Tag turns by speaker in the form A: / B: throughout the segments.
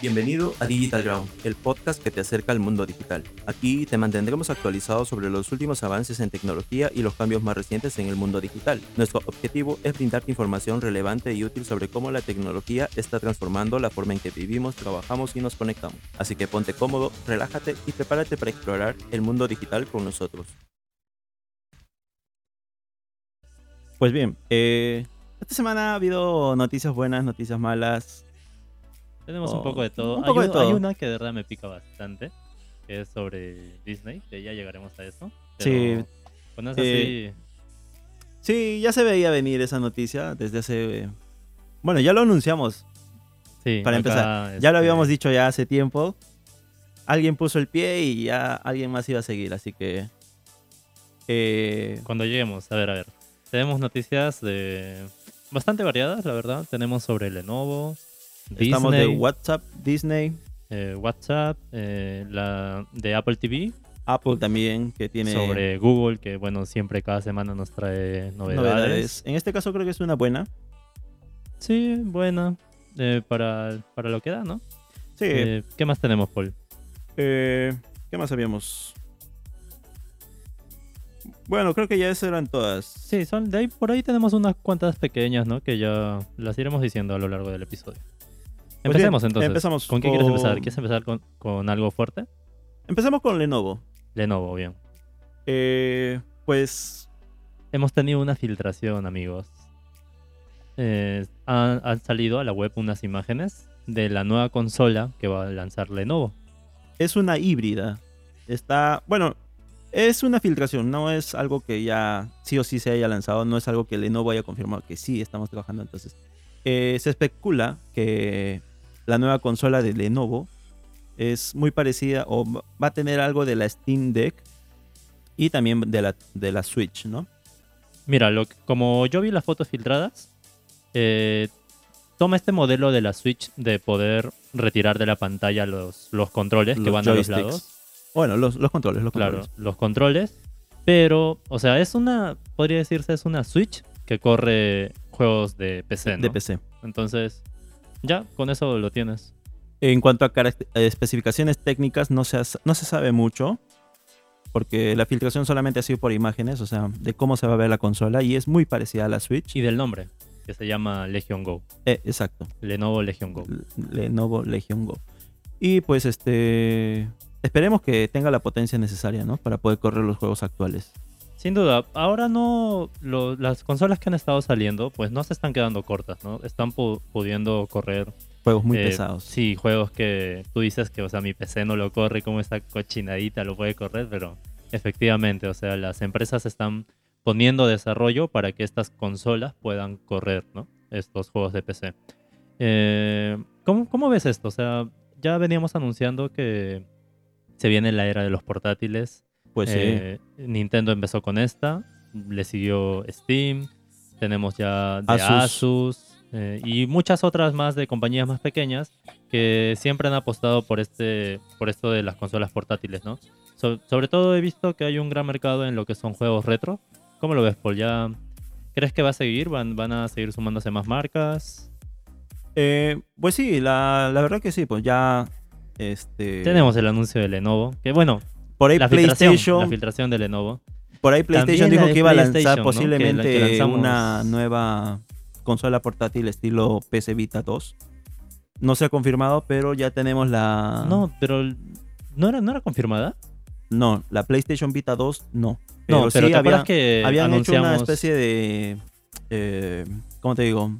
A: Bienvenido a Digital Ground, el podcast que te acerca al mundo digital. Aquí te mantendremos actualizado sobre los últimos avances en tecnología y los cambios más recientes en el mundo digital. Nuestro objetivo es brindarte información relevante y útil sobre cómo la tecnología está transformando la forma en que vivimos, trabajamos y nos conectamos. Así que ponte cómodo, relájate y prepárate para explorar el mundo digital con nosotros. Pues bien, eh, esta semana ha habido noticias buenas, noticias malas.
B: Tenemos
A: Oh,
B: un poco de todo.
A: un poco
B: hay,
A: de
B: un- hay
A: todo.
B: una que de verdad me pica bastante, que es sobre Disney, que ya llegaremos a eso.
A: Sí.
B: pero, Bueno, es
A: Eh,
B: así.
A: Sí, ya se veía venir esa noticia desde hace... eh, Bueno, ya lo anunciamos,
B: sí,
A: para
B: acá,
A: empezar,
B: este,
A: ya lo habíamos dicho ya hace tiempo. Alguien puso el pie y ya alguien más iba a seguir, así que... eh,
B: Cuando lleguemos, a ver, a ver. Tenemos noticias de bastante variadas, la verdad. Tenemos sobre Lenovo,
A: estamos de
B: Disney,
A: WhatsApp, Disney,
B: eh, WhatsApp, eh, la de Apple TV,
A: Apple también, que tiene
B: sobre Google, que bueno, siempre cada semana nos trae
A: novedades.
B: novedades.
A: En este caso creo que es una buena.
B: Sí, buena. eh, para, para lo que da, ¿no?
A: Sí.
B: Eh, ¿Qué más tenemos, Paul?
A: eh, ¿Qué más habíamos? Bueno, creo que ya esas eran todas.
B: Sí, son de ahí, por ahí tenemos unas cuantas pequeñas, ¿no? Que ya las iremos diciendo a lo largo del episodio.
A: Pues bien,
B: Empecemos entonces.
A: empezamos
B: ¿Con qué quieres
A: con-
B: empezar? ¿Quieres empezar con, con algo fuerte?
A: Empezamos con Lenovo.
B: Lenovo, bien.
A: Eh, pues
B: Hemos tenido una filtración, amigos. Eh, han, han salido a la web unas imágenes de la nueva consola que va a lanzar Lenovo.
A: es una híbrida. Está, bueno, es una filtración, no es algo que ya sí o sí se haya lanzado, no es algo que Lenovo haya confirmado que sí estamos trabajando. Entonces, Eh, se especula que la nueva consola de Lenovo es muy parecida o va va a tener algo de la Steam Deck y también de la, de la Switch, ¿no?
B: Mira, lo, que- como yo vi las fotos filtradas, eh, toma este modelo de la Switch de poder retirar de la pantalla los, los controles que
A: Los
B: van a
A: joysticks.
B: los lados.
A: Bueno, los, los controles, los
B: Claro,
A: controles.
B: los controles. Pero, o sea, es una, podría decirse, es una Switch que corre juegos de PC, ¿no?
A: De PC.
B: Entonces, ya, con eso lo tienes.
A: En cuanto a caract- eh, especificaciones técnicas, no se, as- no se sabe mucho, porque la filtración solamente ha sido por imágenes, o sea, de cómo se va a ver la consola, y es muy parecida a la Switch.
B: Y del nombre, que se llama Legion Go.
A: Eh, exacto,
B: Lenovo Legion Go.
A: L- Lenovo Legion Go. Y pues este... Esperemos que tenga la potencia necesaria, ¿no? Para poder correr los juegos actuales.
B: Sin duda, ahora no. lo- las consolas que han estado saliendo, pues no se están quedando cortas, ¿no? Están pu- pudiendo correr.
A: Juegos muy
B: eh,
A: pesados.
B: Sí, juegos que tú dices que, o sea, mi PC no lo corre, como esta cochinadita lo puede correr, pero efectivamente, o sea, las empresas están poniendo desarrollo para que estas consolas puedan correr, ¿no? Estos juegos de PC. Eh, ¿cómo, ¿Cómo ves esto? O sea, ya veníamos anunciando que se viene la era de los portátiles.
A: Pues sí.
B: Eh, Nintendo empezó con esta, le siguió Steam, tenemos ya de
A: Asus.
B: Asus, eh, y muchas otras más de compañías más pequeñas que siempre han apostado por este por esto de las consolas portátiles, ¿no? So- sobre todo he visto que hay un gran mercado en lo que son juegos retro. ¿Cómo lo ves, Paul? ¿Ya crees que va a seguir? ¿Van, van a seguir sumándose más marcas?
A: Eh, pues sí, la, la verdad que sí, pues ya... Este,
B: Tenemos el anuncio de Lenovo, que bueno,
A: por ahí
B: la filtración, la
A: PlayStation,
B: filtración de Lenovo.
A: Por ahí PlayStation
B: También la
A: dijo
B: de
A: que iba a lanzar
B: PlayStation, ¿no?
A: posiblemente
B: Que la- que lanzamos.
A: una nueva consola portátil estilo PC Vita 2. No se ha confirmado, pero ya tenemos la...
B: No, pero el- ¿no era, no era confirmada?
A: No, la PlayStation Vita 2 no.
B: No, pero,
A: sí
B: ¿te acuerdas
A: habían,
B: que
A: habían hecho
B: anunciamos...
A: una especie de... eh, ¿Cómo te digo?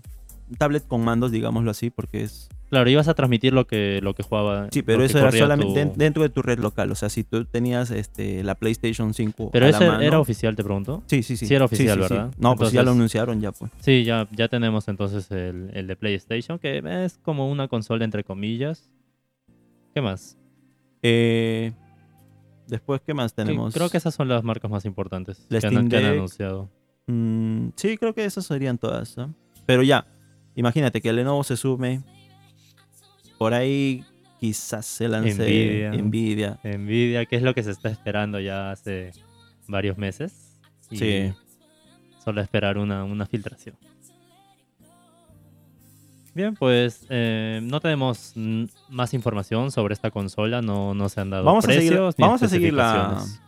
A: Tablet con mandos, digámoslo así, porque es...
B: Claro, ibas a transmitir lo que, lo que jugaba.
A: Sí, pero
B: lo que
A: eso era
B: corría
A: solamente
B: tu-
A: den- dentro de tu red local. O sea, si tú tenías este, la PlayStation 5
B: Pero
A: a la
B: eso era-
A: mano-
B: era oficial, te pregunto.
A: Sí, sí, sí.
B: sí era oficial, ¿verdad?
A: No, pues ya
B: Entonces-
A: lo anunciaron ya, pues.
B: Sí, ya, ya tenemos entonces el, el de PlayStation, que es como una consola entre comillas. ¿Qué más?
A: Eh, después, ¿qué más
B: Que-
A: tenemos?
B: Creo que esas son las marcas más importantes
A: La
B: que
A: Steam
B: han, que han
A: Deck.
B: anunciado.
A: Mm, sí, creo que esas serían todas. ¿no? Pero ya, imagínate que Lenovo se sume. Por ahí quizás se lance
B: Nvidia.
A: Nvidia.
B: Nvidia, que es lo que se está esperando ya hace varios meses. Y
A: Sí.
B: Solo esperar una, una filtración. Bien, pues eh, no tenemos mm, más información sobre esta consola, no, no se han dado
A: Vamos a seguir-
B: precios. ni
A: vamos a seguir la-
B: especificaciones.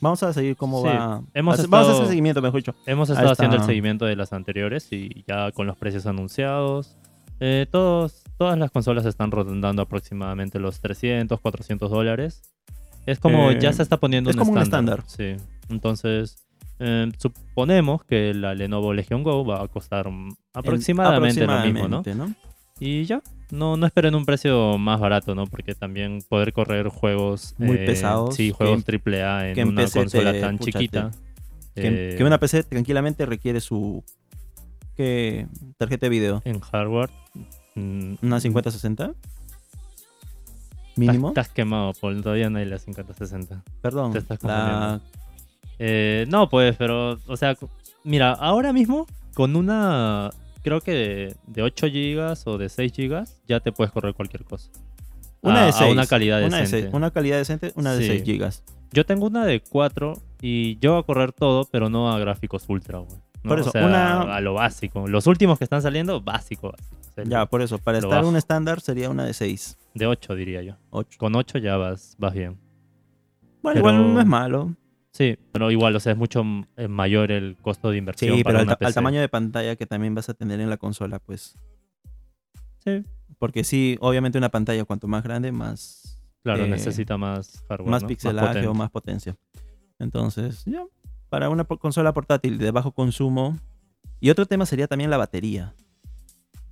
A: Vamos a seguir cómo
B: Sí,
A: va.
B: hemos
A: hace- Vamos a hacer
B: estado-
A: seguimiento, mejor dicho.
B: Hemos
A: Ahí
B: estado haciendo el
A: está.
B: seguimiento de las anteriores y ya con los precios anunciados. eh, todos, todas las consolas están rondando aproximadamente los 300, 400 dólares. Es como
A: Eh,
B: ya se está poniendo
A: es
B: un
A: como un
B: estándar. Sí. Entonces, eh, suponemos que la Lenovo Legion Go va a costar mm, aproximadamente, lo mismo, ¿no?
A: aproximadamente, ¿no?
B: Y ya, no, no esperen un precio más barato, ¿no? Porque también poder correr juegos eh,
A: Muy pesados,
B: Sí,
A: que
B: juegos
A: en-
B: triple A en
A: que en
B: una
A: PC
B: consola
A: te-
B: tan
A: pucha, te-
B: chiquita.
A: Que,
B: eh,
A: que una PC tranquilamente requiere su ¿qué? tarjeta de video.
B: En hardware. mm,
A: ¿Una 5060?
B: estás-
A: Mínimo.
B: Estás quemado, Paul. Todavía no hay la 5060.
A: Perdón.
B: te estás
A: la-
B: Eh, no, pues, pero, o sea, cu- mira, ahora mismo con una, creo que de, de 8 GB o de 6 GB ya te puedes correr cualquier cosa.
A: Una de
B: a, Ah, a
A: 6.
B: una calidad
A: una, de
B: decente.
A: seis- una calidad decente, una de
B: Sí.
A: 6 gigas.
B: Yo tengo una de 4 y yo voy a correr todo, pero no a gráficos ultra, güey. ¿no?
A: Por
B: O
A: eso,
B: sea,
A: una-
B: a lo básico. Los últimos que están saliendo, básico, básico. O sea,
A: Ya, por eso. Para
B: Lo
A: estar en un
B: bajo.
A: estándar sería una de 6.
B: De 8, diría yo.
A: 8.
B: Con 8 ya vas, vas bien.
A: Bueno,
B: Pero-
A: igual no es malo.
B: Sí, pero igual, o sea, es mucho m- eh, mayor el costo de
A: Sí,
B: inversión
A: pero
B: para
A: al,
B: una
A: ta- al
B: PC.
A: tamaño de pantalla que también vas a tener en la consola, pues.
B: Sí,
A: Porque sí, obviamente una pantalla cuanto más grande, más,
B: claro,
A: Eh,
B: necesita más hardware,
A: más
B: ¿no?
A: pixelaje o
B: potente.
A: más potencia. Entonces, ya. Para una po- consola portátil de bajo consumo. Y otro tema sería también la batería.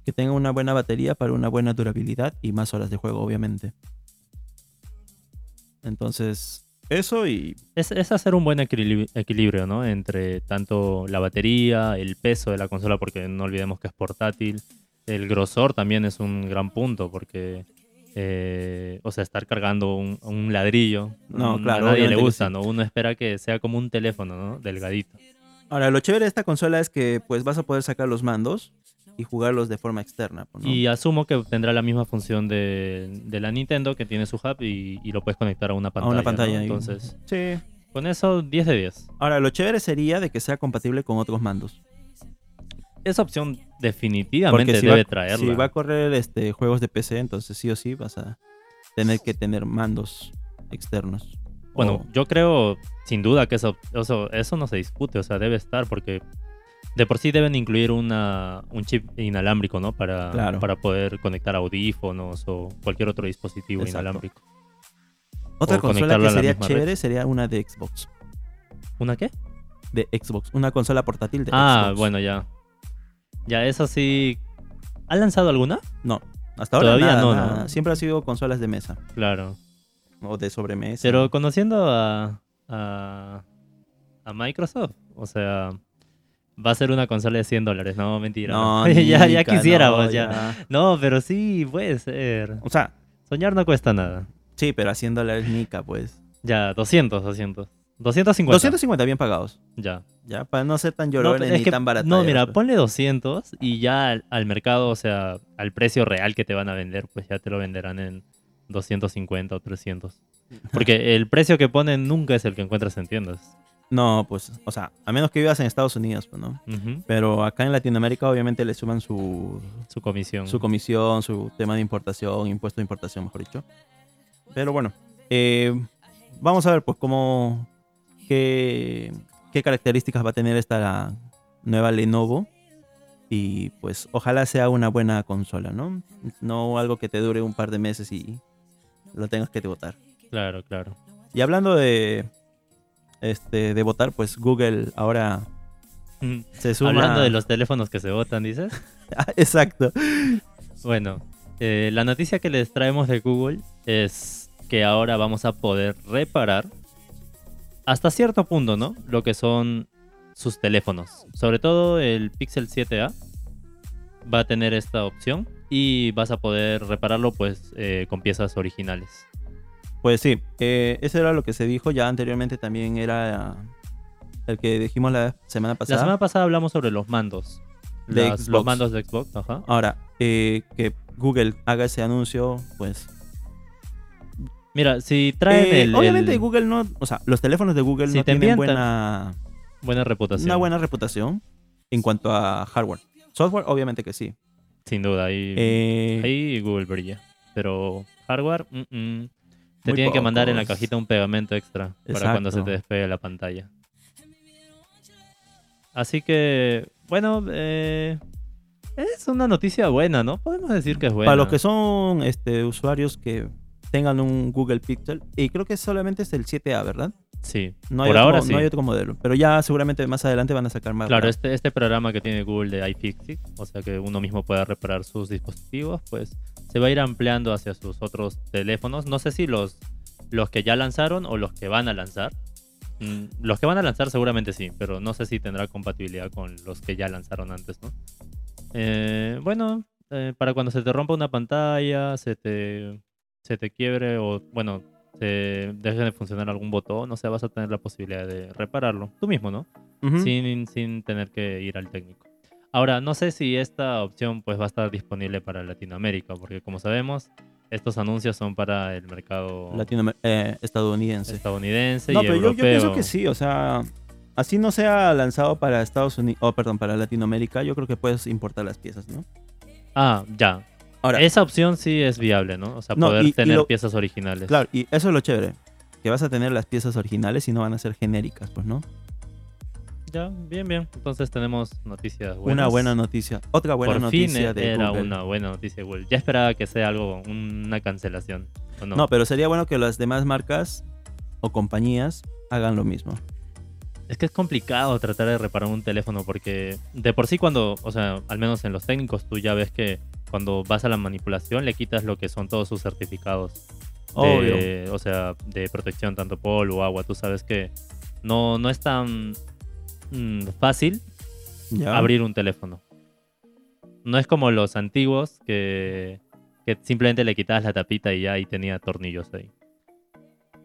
A: Que tenga una buena batería para una buena durabilidad y más horas de juego, obviamente. Entonces, eso y
B: Es, es hacer un buen equili- equilibrio, ¿no? Entre tanto la batería, el peso de la consola, porque no olvidemos que es portátil. El grosor también es un gran punto, porque, eh, o sea, estar cargando un, un ladrillo.
A: No,
B: mm,
A: claro,
B: A nadie
A: obviamente
B: le
A: que
B: gusta,
A: sí.
B: ¿no? Uno espera que sea como un teléfono, ¿no? Delgadito.
A: Ahora, lo chévere de esta consola es que pues vas a poder sacar los mandos y jugarlos de forma externa. ¿no?
B: Y asumo que tendrá la misma función de, de la Nintendo, que tiene su hub y, y lo puedes conectar a una pantalla. ¿no?
A: pantalla, y-
B: Entonces,
A: Sí.
B: con eso, 10 de 10.
A: Ahora, lo chévere sería de que sea compatible con otros mandos.
B: Esa opción definitivamente
A: si
B: debe
A: va,
B: traerla.
A: si va a correr este, juegos de PC, entonces sí o sí vas a tener que tener mandos externos.
B: Bueno,
A: O-
B: yo creo sin duda que eso, eso, eso no se discute, o sea, debe estar porque de por sí deben incluir una, un chip inalámbrico, ¿no? Para,
A: Claro.
B: para poder conectar audífonos o cualquier otro dispositivo
A: Exacto.
B: inalámbrico.
A: otra consola
B: o conectarlo
A: que
B: a la
A: sería
B: misma
A: chévere sería una de Xbox.
B: ¿Una qué?
A: De Xbox, una consola portátil de
B: Ah,
A: Xbox.
B: bueno, ya. Ya, esa sí. ¿Ha lanzado alguna?
A: No, hasta ahora
B: Todavía
A: nada,
B: no,
A: nada.
B: ¿no?
A: Siempre ha sido consolas de mesa
B: Claro.
A: o de sobremesa.
B: Pero conociendo a, a, a Microsoft, o sea, va a ser una consola de 100 dólares, no, mentira.
A: no,
B: ya, ya
A: Nica,
B: quisiéramos,
A: no,
B: ya. No, pero sí, puede ser.
A: O sea,
B: Soñar no cuesta nada.
A: Sí, pero haciendo la nica, pues.
B: Ya, 200, 200. 250.
A: 250 bien pagados.
B: Ya.
A: Ya, para no pues, ser tan
B: No,
A: llorones
B: es
A: ni
B: que-
A: tan pues. baratos.
B: No, mira, ponle 200 y ya al, al mercado, o sea, al precio real que te van a vender, pues ya te lo venderán en 250 o 300. Porque el precio que ponen nunca es el que encuentras en tiendas.
A: No, pues, o sea, a menos que vivas en Estados Unidos, pues, ¿no?
B: Ujú,
A: Pero acá en Latinoamérica, obviamente, le suman su,
B: Su comisión.
A: su comisión, su tema de importación, impuesto de importación, mejor dicho. Pero bueno, eh, vamos a ver, pues, cómo. Qué, qué características va a tener esta nueva Lenovo. Y pues, ojalá sea una buena consola, ¿no? No algo que te dure un par de meses y lo tengas que votar.
B: Claro, claro.
A: Y hablando de. Este, de votar, pues Google ahora
B: Mm.
A: se suma.
B: Hablando de los teléfonos que se botan, dices.
A: Ah, Exacto.
B: Bueno, eh, la noticia que les traemos de Google es que ahora vamos a poder reparar hasta cierto punto, ¿no? Lo que son sus teléfonos. Sobre todo el Pixel 7A va a tener esta opción y vas a poder repararlo pues eh, con piezas originales.
A: Pues sí, eh, eso era lo que se dijo. Ya anteriormente también era eh, el que dijimos la semana
B: la
A: pasada.
B: semana pasada hablamos sobre los mandos.
A: De
B: Las-
A: Xbox.
B: Los mandos de Xbox, ajá.
A: Ahora, eh, que Google haga ese anuncio, pues.
B: Mira, si traen
A: Eh,
B: el,
A: obviamente
B: el-
A: Google no. O sea, los teléfonos de Google
B: Si
A: no
B: te
A: tienen
B: envían tan-
A: buena,
B: buena reputación.
A: una buena reputación en cuanto a hardware. Software, obviamente que sí.
B: Sin duda, ahí,
A: Eh,
B: ahí Google brilla. Pero hardware, mm, mm. te
A: Muy
B: tienen que mandar en la
A: pocos.
B: cajita un pegamento extra para cuando se
A: Exacto.
B: te despegue la pantalla. Así que, bueno, eh, es una noticia buena, ¿no? Podemos decir que es buena.
A: Para los que son este, usuarios que tengan un Google Pixel, y creo que solamente es el 7A, ¿verdad?
B: Sí,
A: No hay
B: por
A: otro,
B: ahora
A: no
B: sí.
A: hay otro modelo, pero ya seguramente más adelante van a sacar más.
B: Claro, este, este programa que tiene Google de iFixit, o sea que uno mismo pueda reparar sus dispositivos, pues se va a ir ampliando hacia sus otros teléfonos. No sé si los, los que ya lanzaron o los que van a lanzar. Mm, Los que van a lanzar seguramente sí, pero no sé si tendrá compatibilidad con los que ya lanzaron antes, ¿no? Eh, bueno, eh, para cuando se te rompa una pantalla, se te, se te quiebre o, bueno, se deje de funcionar algún botón, o sea, vas a tener la posibilidad de repararlo tú mismo, ¿no?
A: Ujú.
B: sin, sin tener que ir al técnico. Ahora, no sé si esta opción pues, va a estar disponible para Latinoamérica, porque como sabemos, estos anuncios son para el mercado
A: Latinoamer- eh, estadounidense.
B: estadounidense
A: No,
B: y
A: pero yo- yo,
B: este europeo.
A: pienso que sí, o sea, así no sea lanzado para Estados Unidos, oh, perdón, para Latinoamérica, yo creo que puedes importar las piezas, ¿no?
B: Ah, ya.
A: Ahora,
B: Esa opción sí es viable, ¿no? O sea,
A: No,
B: poder
A: y- y
B: tener
A: lo-
B: piezas originales.
A: claro, y eso es lo chévere, que vas a tener las piezas originales y no van a ser genéricas, pues, ¿no?
B: Ya, bien, bien. Entonces tenemos noticias buenas.
A: Una buena noticia, otra buena
B: Por fin
A: noticia de
B: era
A: Google.
B: una buena noticia de Google. Ya esperaba que sea algo, una cancelación. ¿o no?
A: No, pero sería bueno que las demás marcas o compañías hagan lo mismo.
B: Es que es complicado tratar de reparar un teléfono porque de por sí cuando, o sea, al menos en los técnicos tú ya ves que cuando vas a la manipulación le quitas lo que son todos sus certificados.
A: Obvio.
B: de- o sea, de protección tanto polvo, agua. Tú sabes que no, no es tan mm, fácil
A: Ya.
B: abrir un teléfono. No es como los antiguos que, que simplemente le quitabas la tapita y ya ahí tenía tornillos ahí.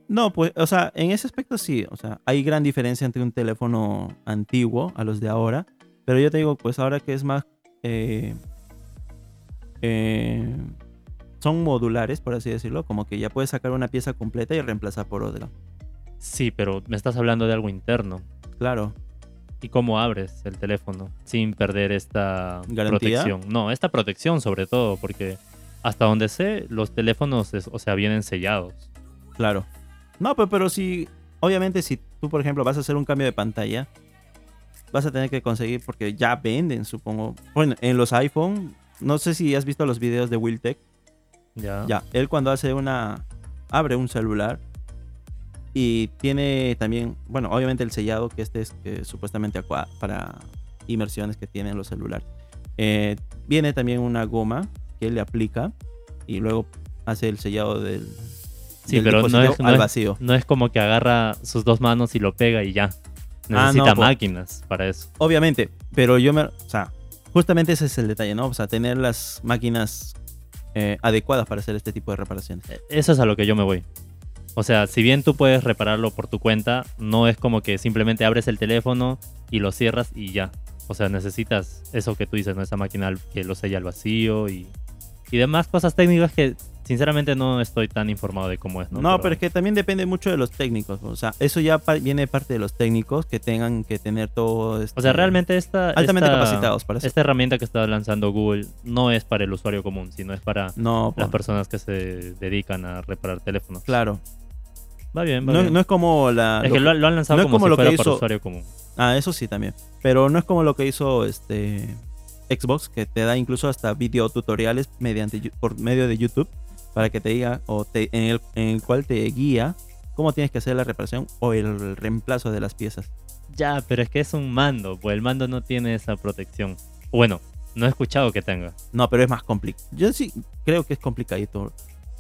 A: No, pues, o sea, en ese aspecto sí. O sea, hay gran diferencia entre un teléfono antiguo a los de ahora. Pero yo te digo, pues ahora que es más. eh, eh, son modulares, por así decirlo. Como que ya puedes sacar una pieza completa y reemplazar por otra.
B: Sí, pero me estás hablando de algo interno.
A: Claro.
B: ¿Y cómo abres el teléfono sin perder esta
A: ¿Garantía?
B: protección? No, esta protección sobre todo, porque hasta donde sé, los teléfonos, es- o sea, vienen sellados.
A: Claro. No, pero, pero si, obviamente si tú, por ejemplo, vas a hacer un cambio de pantalla, vas a tener que conseguir, porque ya venden, supongo. Bueno, en los iPhone, no sé si has visto los videos de Wiltech.
B: Ya.
A: Ah. Ya, él cuando hace una... abre un celular y tiene también, bueno, obviamente el sellado que este es eh, supuestamente acua- para inmersiones que tienen los celulares. Eh, viene también una goma que él le aplica y luego hace el sellado del,
B: Sí,
A: del
B: pero no
A: dispositivo
B: es- no
A: al
B: es-
A: vacío.
B: No es como que agarra sus dos manos y lo pega y ya. Necesita
A: Ah, no, po-
B: máquinas para eso.
A: Obviamente, pero yo me. O sea, justamente ese es el detalle, ¿no? O sea, tener las máquinas eh, adecuadas para hacer este tipo de reparaciones.
B: Eh, Eso es a lo que yo me voy. O sea, si bien tú puedes repararlo por tu cuenta, no es como que simplemente abres el teléfono y lo cierras y ya. O sea, necesitas eso que tú dices, ¿no? Esa máquina al- que lo sella al vacío y, y demás cosas técnicas que sinceramente no estoy tan informado de cómo es, ¿no?
A: No, pero es que también depende mucho de los técnicos. O sea, eso ya pa- viene de parte de los técnicos que tengan que tener todo.
B: O
A: este,
B: sea, realmente esta...
A: Altamente pues.
B: esta-
A: capacitados para eso.
B: Esta herramienta que está lanzando Google no es para el usuario común, sino es para
A: No,
B: las
A: po,
B: personas que se dedican a reparar teléfonos.
A: claro.
B: Va bien, va
A: No,
B: bien.
A: no es como la.
B: es
A: lo que-
B: que lo, lo han lanzado
A: no es
B: como,
A: como
B: si
A: lo que
B: fuera para
A: hizo-
B: usuario común.
A: Ah, eso sí también. Pero no es como lo que hizo este Xbox, que te da incluso hasta video tutoriales mediante, Yu- por medio de YouTube para que te diga o te, en, el, en el cual te guía cómo tienes que hacer la reparación o el reemplazo de las piezas.
B: Ya, pero es que es un mando, pues el mando no tiene esa protección. Bueno, no he escuchado que tenga.
A: No, pero es más complicado. Yo sí creo que es complicadito.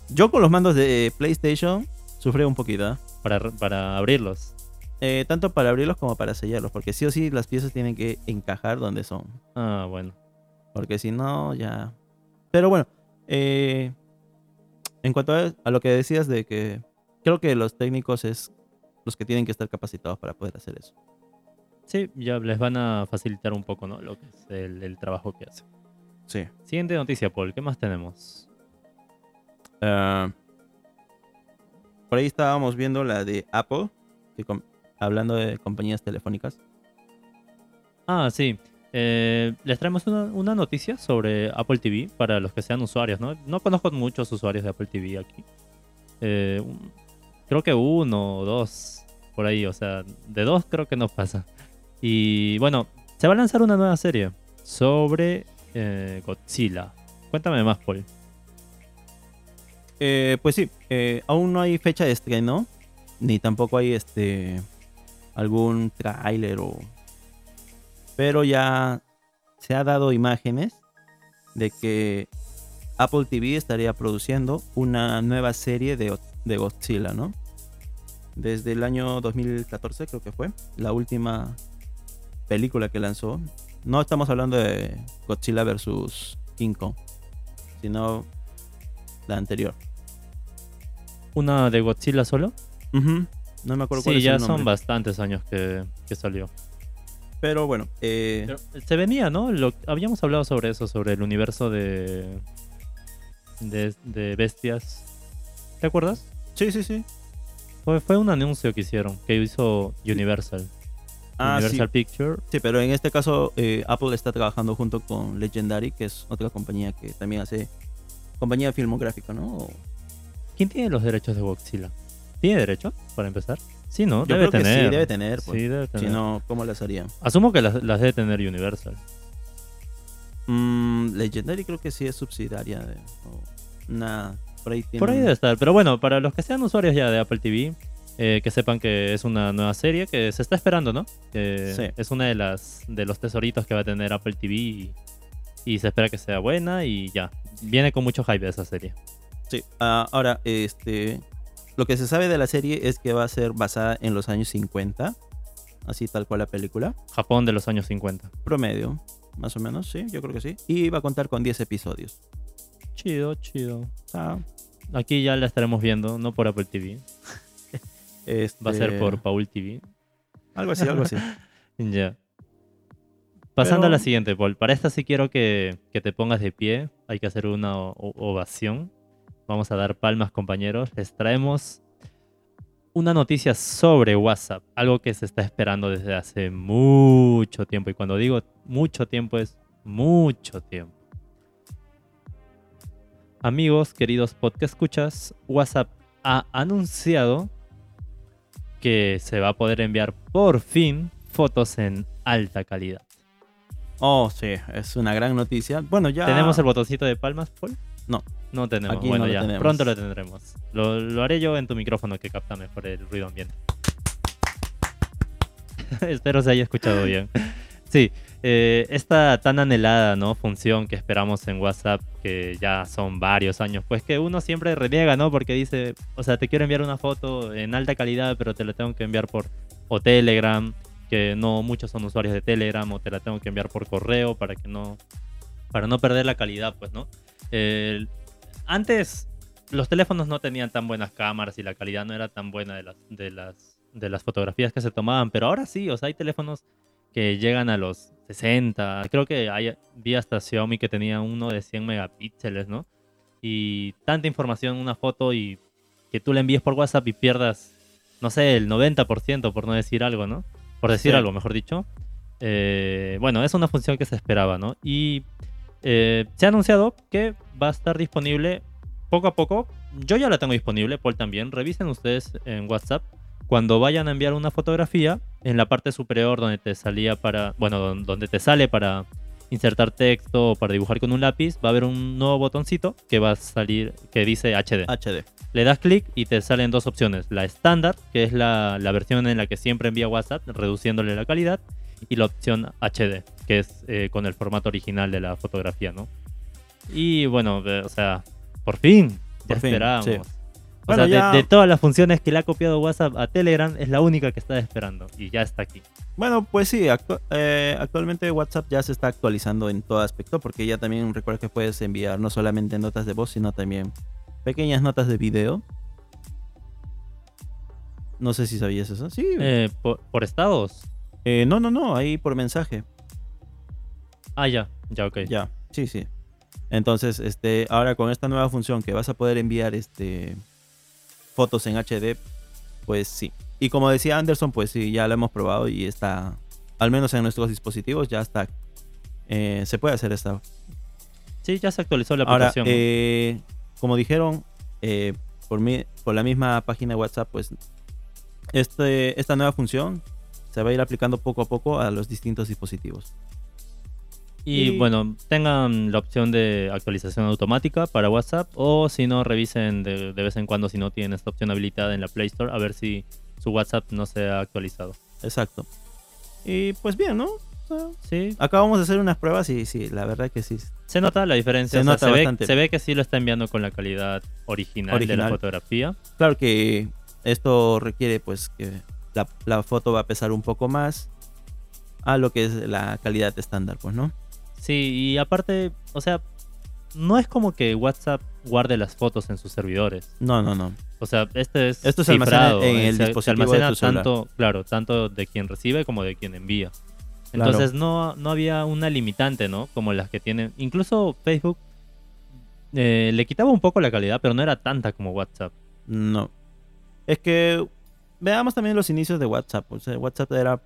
A: Yo con los mandos de PlayStation sufrí un poquito, ¿eh?
B: Para, re- para abrirlos.
A: Eh, tanto para abrirlos como para sellarlos, porque sí o sí las piezas tienen que encajar donde son.
B: Ah, bueno.
A: Porque si no, ya. Pero bueno, eh, en cuanto a, a lo que decías de que creo que los técnicos es los que tienen que estar capacitados para poder hacer eso.
B: Sí, ya les van a facilitar un poco, ¿no? Lo que es el, el trabajo que hacen.
A: Sí.
B: Siguiente noticia, Paul. ¿Qué más tenemos?
A: Ah, por ahí estábamos viendo la de Apple, que com- hablando de compañías telefónicas.
B: Ah, sí. Eh, les traemos una, una noticia sobre Apple TV para los que sean usuarios, ¿no? No conozco muchos usuarios de Apple TV aquí. Eh, un- creo que uno o dos por ahí, o sea, de dos creo que nos pasa. Y bueno, se va a lanzar una nueva serie sobre eh, Godzilla. Cuéntame más, Paul.
A: Eh, pues sí, eh, aún no hay fecha de estreno, ni tampoco hay este algún tráiler o... Pero ya se ha dado imágenes de que Apple TV estaría produciendo una nueva serie de, de Godzilla, ¿no? Desde el año 2014 creo que fue, la última película que lanzó. No estamos hablando de Godzilla versus King Kong, sino la anterior.
B: ¿Una de Godzilla solo?
A: Ujú. No me acuerdo cuál
B: Sí,
A: es
B: ya
A: el nombre.
B: son bastantes años que, que salió.
A: Pero bueno, eh,
B: Pero se venía, ¿no? Lo- habíamos hablado sobre eso, sobre el universo de, de, de bestias. ¿Te acuerdas?
A: sí, sí, sí.
B: Fue, fue un anuncio que hicieron, que hizo Universal.
A: Ah, sí.
B: Universal Picture.
A: Sí, pero en este caso eh, Apple está trabajando junto con Legendary, que es otra compañía que también hace compañía filmográfica, ¿no? O-
B: ¿Quién tiene los derechos de Godzilla? ¿Tiene derechos, para empezar? Sí, ¿no?
A: Yo
B: debe
A: creo que
B: tener.
A: sí, debe tener. Pues.
B: Sí, debe tener.
A: Si no, ¿cómo las harían?
B: Asumo que las, las debe tener Universal.
A: Mm, Legendary creo que sí es subsidiaria de... o una- por ahí tiene...
B: Por ahí debe estar. Pero bueno, para los que sean usuarios ya de Apple TV, eh, que sepan que es una nueva serie que se está esperando, ¿no? Eh,
A: Sí.
B: Es una de las de los tesoritos que va a tener Apple TV y, y se espera que sea buena y ya. Viene con mucho hype esa serie.
A: Sí. Ah, ahora, este, lo que se sabe de la serie es que va a ser basada en los años 50, así tal cual la película.
B: Japón de los años 50.
A: Promedio, más o menos, sí, yo creo que sí. Y va a contar con 10 episodios.
B: Chido, chido.
A: O sea,
B: Aquí ya la estaremos viendo, no por Apple TV.
A: este,
B: Va a ser por Paul TV.
A: Algo así, algo así.
B: Ya. Pasando a
A: Pero-
B: la siguiente, Paul. Para esta sí quiero que, que te pongas de pie. Hay que hacer una o- o- ovación. Vamos a dar palmas, compañeros. Les traemos una noticia sobre WhatsApp. Algo que se está esperando desde hace mucho tiempo. Y cuando digo mucho tiempo es mucho tiempo. Amigos, queridos podcast escuchas, WhatsApp ha anunciado que se va a poder enviar por fin fotos en alta calidad.
A: Oh, sí, es una gran noticia. Bueno, ya.
B: ¿Tenemos el botoncito de palmas, Paul?
A: No.
B: No tenemos.
A: Aquí
B: bueno,
A: no lo
B: ya.
A: tenemos.
B: Pronto lo tendremos. Lo, lo haré yo en tu micrófono que capta mejor el ruido ambiente. Espero se haya escuchado bien. Sí, eh, esta tan anhelada ¿no? función que esperamos en WhatsApp, que ya son varios años, pues que uno siempre reniega, ¿no? Porque dice, o sea, te quiero enviar una foto en alta calidad, pero te la tengo que enviar por o Telegram, que no muchos son usuarios de Telegram, o te la tengo que enviar por correo para que no, para no perder la calidad, pues, ¿no? El- antes los teléfonos no tenían tan buenas cámaras y la calidad no era tan buena de las, de las, de las fotografías que se tomaban, pero ahora sí, o sea, hay teléfonos que llegan a los 60, creo que hay, vi hasta Xiaomi que tenía uno de 100 megapíxeles, ¿no? Y tanta información en una foto y que tú la envíes por WhatsApp y pierdas, no sé, el 90% por no decir algo, ¿no? Por decir
A: Sí.
B: algo, mejor dicho. Eh, bueno, es una función que se esperaba, ¿no? Y eh, se ha anunciado que va a estar disponible poco a poco. Yo ya la tengo disponible, Paul también. Revisen ustedes en WhatsApp. Cuando vayan a enviar una fotografía, en la parte superior donde te salía para. Bueno, don- donde te sale para insertar texto o para dibujar con un lápiz, va a haber un nuevo botoncito que va a salir que dice HD.
A: HD.
B: Le das clic y te salen dos opciones. La estándar, que es la, la versión en la que siempre envía WhatsApp, reduciéndole la calidad. Y la opción HD, que es eh, con el formato original de la fotografía, ¿no? Y bueno, eh, o sea, por fin, ya
A: Por fin,
B: esperábamos.
A: sí.
B: O
A: Bueno,
B: sea, de-
A: ya-
B: de, todas las funciones que le ha copiado WhatsApp a Telegram, es la única que está esperando. Y ya está aquí.
A: Bueno, pues sí, actu- eh, actualmente WhatsApp ya se está actualizando en todo aspecto, porque ya también recuerda que puedes enviar no solamente notas de voz, sino también pequeñas notas de video. No sé si sabías eso. Sí.
B: Eh, por, por estados.
A: Eh, no, no, no, ahí por mensaje.
B: Ah, ya, ya, ok.
A: Ya, sí, sí. Entonces, este, ahora con esta nueva función que vas a poder enviar este fotos en HD, pues sí. Y como decía Anderson, pues sí, ya lo hemos probado y está, al menos en nuestros dispositivos, ya está eh, se puede hacer esta.
B: Sí, ya se actualizó la
A: Ahora,
B: aplicación.
A: eh, como dijeron, eh, por, mi- por la misma página de WhatsApp, pues este, esta nueva función se va a ir aplicando poco a poco a los distintos dispositivos.
B: Y
A: Y-
B: bueno, tengan la opción de actualización automática para WhatsApp o si no, revisen de, de vez en cuando si no tienen esta opción habilitada en la Play Store a ver si su WhatsApp no se ha actualizado.
A: Exacto. Y pues bien, ¿no? O sea,
B: Sí,
A: acabamos de hacer unas pruebas y sí, la verdad que sí.
B: se nota la diferencia.
A: Se
B: o sea,
A: nota
B: ve,
A: bastante.
B: se ve que sí lo está enviando con la calidad original, de la
A: Original.
B: fotografía.
A: Claro que esto requiere pues que la, la foto va a pesar un poco más a lo que es la calidad estándar, pues, ¿no?
B: Sí, y aparte, o sea, no es como que WhatsApp guarde las fotos en sus servidores.
A: No, no, no.
B: O sea, este es
A: Esto se almacena
B: cifrado,
A: en el
B: se- se
A: dispositivo
B: almacena
A: de tu celular.
B: tanto, claro, tanto de quien recibe como de quien envía. Entonces no, no había una limitante, ¿no? Como las que tienen. Incluso Facebook eh, le quitaba un poco la calidad, pero no era tanta como WhatsApp.
A: No. Es que veamos también los inicios de WhatsApp. O sea, WhatsApp era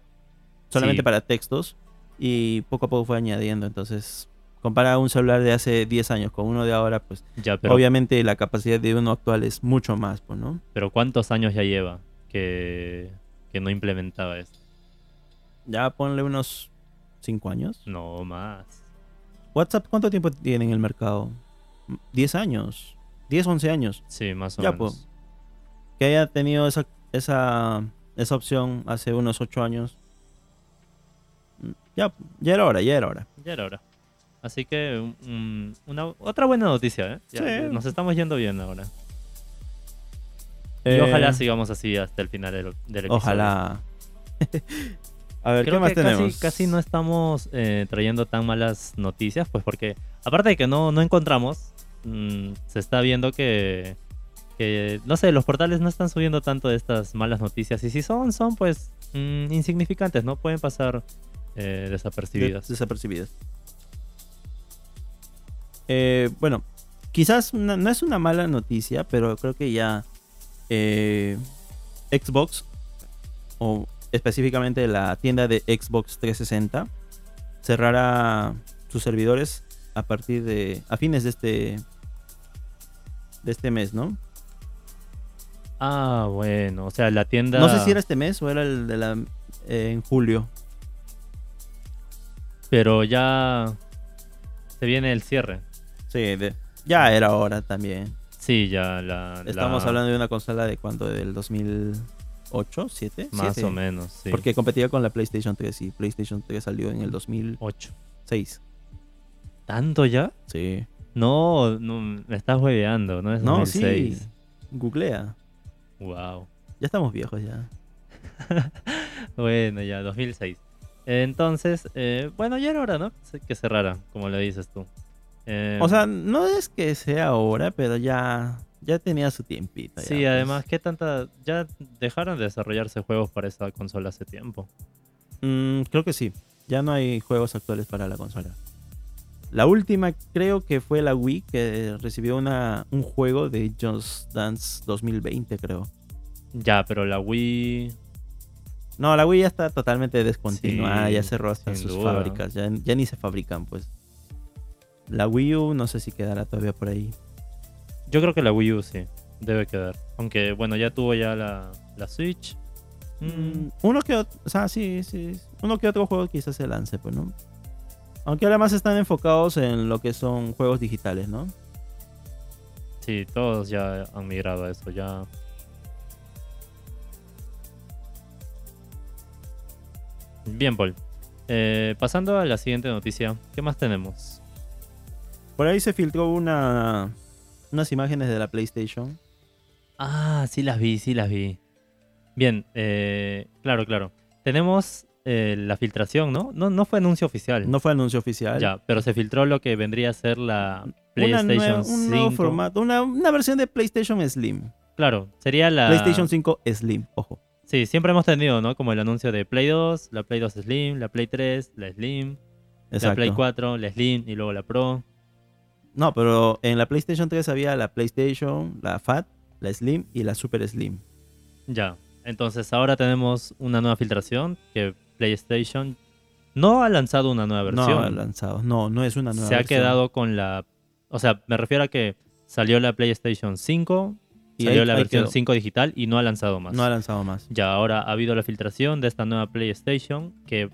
A: solamente
B: Sí.
A: para textos y poco a poco fue añadiendo. Entonces, compara un celular de hace 10 años con uno de ahora, pues
B: Ya, pero,
A: obviamente la capacidad de uno actual es mucho más, pues, ¿no?
B: pero ¿cuántos años ya lleva que, que no implementaba esto?
A: Ya ponle unos 5 años.
B: No más.
A: WhatsApp, ¿cuánto tiempo tiene en el mercado? 10 años. 10, 11 años.
B: Sí, más o
A: Ya,
B: menos.
A: pues. Que haya tenido esa, esa, esa opción hace unos 8 años. Mm, Ya, ya era hora, ya era hora.
B: Ya era hora. Así que mm, una, otra buena noticia, ¿eh? Ya,
A: Sí.
B: ya Nos estamos yendo bien ahora. Y ojalá sigamos así hasta el final del, del
A: Eh,
B: episodio.
A: Ojalá. A ver,
B: Creo
A: ¿qué más
B: que
A: tenemos?
B: Casi, casi no estamos eh, trayendo tan malas noticias, pues porque aparte de que no, no encontramos, mm, se está viendo que, que, no sé, los portales no están subiendo tanto de estas malas noticias. Y si son, son pues mm, insignificantes, ¿no? Pueden pasar eh, desapercibidas.
A: Des- desapercibidas. Eh, bueno, quizás una- no es una mala noticia, pero creo que ya eh, Xbox, o específicamente la tienda de Xbox 360, cerrará sus servidores a partir de. a fines de este. de este mes, ¿no?
B: Ah, bueno, o sea, la tienda...
A: No sé si era este mes o era el de la. eh, en julio.
B: Pero ya se viene el cierre.
A: Sí, de- ya era hora también.
B: Sí, ya la... la-
A: Estamos hablando de una consola de cuando, del 2008, 7,
B: Más o menos, sí.
A: Porque competía con la PlayStation 3 y PlayStation 3 salió en el 2006.
B: Ocho. ¿Tanto ya?
A: Sí.
B: No, no, me estás hueveando, ¿no? Es
A: No,
B: 2006.
A: sí. Googlea.
B: Wow.
A: Ya estamos viejos ya.
B: Bueno, ya, 2006. Entonces, eh, bueno, ya era hora, ¿no? Se- Que cerrara, como le dices tú. Eh,
A: O sea, no es que sea ahora, pero ya, ya tenía su tiempito. ya,
B: sí,
A: pues.
B: además, ¿qué tanta...? Ya dejaron de desarrollarse juegos para esa consola hace tiempo.
A: Mm, creo que sí. Ya no hay juegos actuales para la consola. La última creo que fue la Wii que recibió una, un juego de Just Dance 2020, creo.
B: Ya, pero la Wii...
A: No, la Wii ya está totalmente descontinuada,
B: Sí,
A: ya cerró hasta
B: sin
A: sus
B: duda.
A: fábricas, ya, ya ni se fabrican, pues. La Wii U no sé si quedará todavía por ahí.
B: Yo creo que la Wii U sí, debe quedar. Aunque, bueno, ya tuvo ya la, la Switch. Mm,
A: Mm, Uno que otro, o sea, sí, sí, uno que otro juego quizás se lance, pues, ¿no? Aunque además están enfocados en lo que son juegos digitales, ¿no?
B: sí, todos ya han migrado a eso, ya... Bien, Paul. Eh, pasando a la siguiente noticia, ¿qué más tenemos?
A: Por ahí se filtró una, unas imágenes de la PlayStation.
B: Ah, sí las vi, sí las vi. Bien, eh, claro, claro. Tenemos eh, la filtración, ¿no? ¿no? No fue anuncio oficial.
A: No fue anuncio oficial.
B: Ya, pero se filtró lo que vendría a ser la
A: Una
B: PlayStation
A: nueva-
B: 5.
A: un nuevo formato, una, una versión de PlayStation Slim.
B: Claro, sería la...
A: PlayStation 5 Slim, ojo.
B: Sí, siempre hemos tenido, ¿no? Como el anuncio de Play 2, la Play 2 Slim, la Play 3, la Slim,
A: Exacto.
B: la Play 4, la Slim y luego la Pro.
A: No, pero en la PlayStation 3 había la PlayStation, la Fat, la Slim y la Super Slim.
B: Ya, entonces ahora tenemos una nueva filtración que PlayStation No ha lanzado una nueva
A: No
B: versión.
A: ha lanzado. No, no es una nueva
B: se ha
A: versión.
B: quedado con la. O sea, me refiero a que salió la PlayStation 5,
A: Y
B: salió
A: ahí-
B: la
A: ahí
B: versión
A: quedó.
B: 5 digital y no ha lanzado más.
A: No ha lanzado más.
B: Ya ahora ha habido la filtración de esta nueva PlayStation que,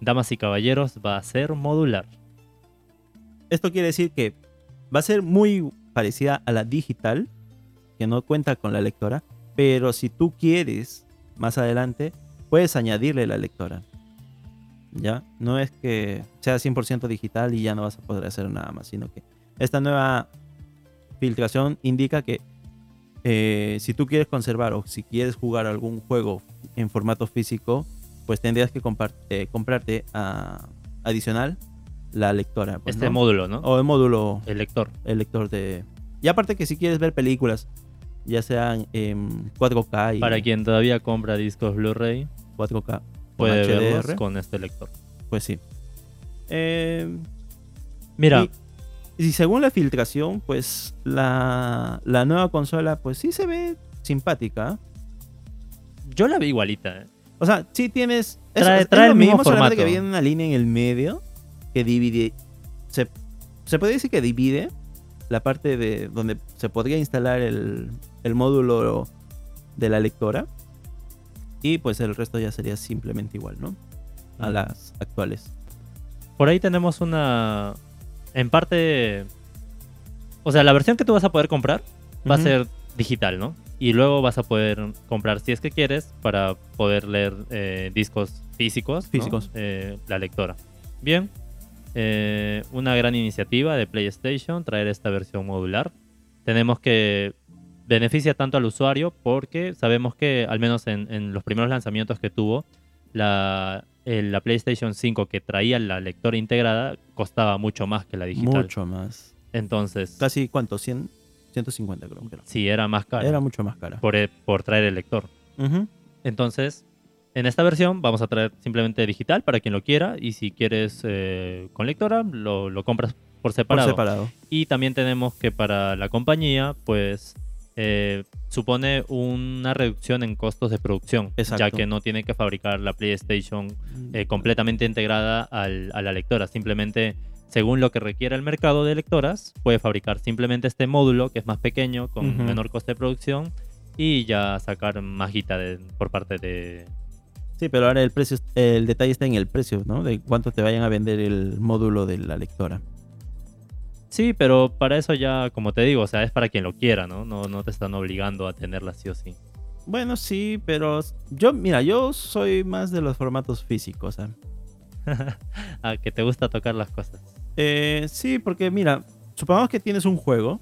B: damas y caballeros, va a ser modular.
A: Esto quiere decir que va a ser muy parecida a la digital, que no cuenta con la lectora, pero si tú quieres más adelante, puedes añadirle la lectora. ¿Ya? No es que sea 100% digital y ya no vas a poder hacer nada más, sino que esta nueva filtración indica que eh, si tú quieres conservar o si quieres jugar algún juego en formato físico, pues tendrías que compar- eh, comprarte ah, adicional la lectora. pues,
B: este
A: ¿no?
B: módulo, ¿no?
A: O el módulo,
B: El lector.
A: el lector de... Y aparte que si quieres ver películas, ya sean en 4K y
B: Para quien todavía compra discos Blu-ray,
A: 4K con
B: puede
A: HDR,
B: verlos con este lector.
A: pues sí. Eh,
B: Mira,
A: y, y según la filtración, pues la, la nueva consola, pues sí se ve simpática.
B: yo la vi igualita. ¿eh?
A: O sea, sí tienes... es-
B: Trae-
A: es,
B: trae
A: lo
B: el mismo
A: solamente que
B: formato.
A: viene una línea en el medio que divide... Se, se puede decir que divide la parte de donde se podría instalar el, el módulo de la lectora. Y pues el resto ya sería simplemente igual, ¿no? A
B: Mm.
A: las actuales.
B: Por ahí tenemos una. En parte. O sea, la versión que tú vas a poder comprar va a
A: Ujú.
B: ser digital, ¿no? Y luego vas a poder comprar, si es que quieres, para poder leer eh, discos físicos. ¿no?
A: Físicos.
B: Eh, la lectora. Bien. Eh, una gran iniciativa de PlayStation traer esta versión modular. Tenemos que beneficia tanto al usuario porque sabemos que, al menos en, en los primeros lanzamientos que tuvo, la, el- la PlayStation 5 que traía la lectora integrada costaba mucho más que la digital.
A: Mucho más.
B: Entonces,
A: Casi cuánto, 100, 150 creo que era.
B: sí, era más caro
A: Era mucho más cara.
B: por, eh, por traer el lector.
A: Ujú.
B: Entonces, en esta versión vamos a traer simplemente digital para quien lo quiera y si quieres eh, con lectora, lo, lo compras por
A: Por
B: separado.
A: separado.
B: Y también tenemos que para la compañía, pues eh, supone una reducción en costos de producción, ya
A: Exacto.
B: que no tiene que fabricar la PlayStation eh, completamente integrada al- a la lectora. Simplemente, según lo que requiera el mercado de lectoras, puede fabricar simplemente este módulo que es más pequeño, con
A: Ujú.
B: menor coste de producción y ya sacar más guita de- por parte de...
A: Sí, pero ahora el precio, el detalle está en el precio, ¿no? De cuánto te vayan a vender el módulo de la lectora.
B: Sí, pero para eso ya, como te digo, o sea, es para quien lo quiera, ¿no? No, no te están obligando a tenerla sí o sí.
A: Bueno, sí, pero yo, mira, yo soy más de los formatos físicos. ¿ah?
B: A Ah, que te gusta tocar las cosas.
A: Eh, sí, porque mira, supongamos que tienes un juego,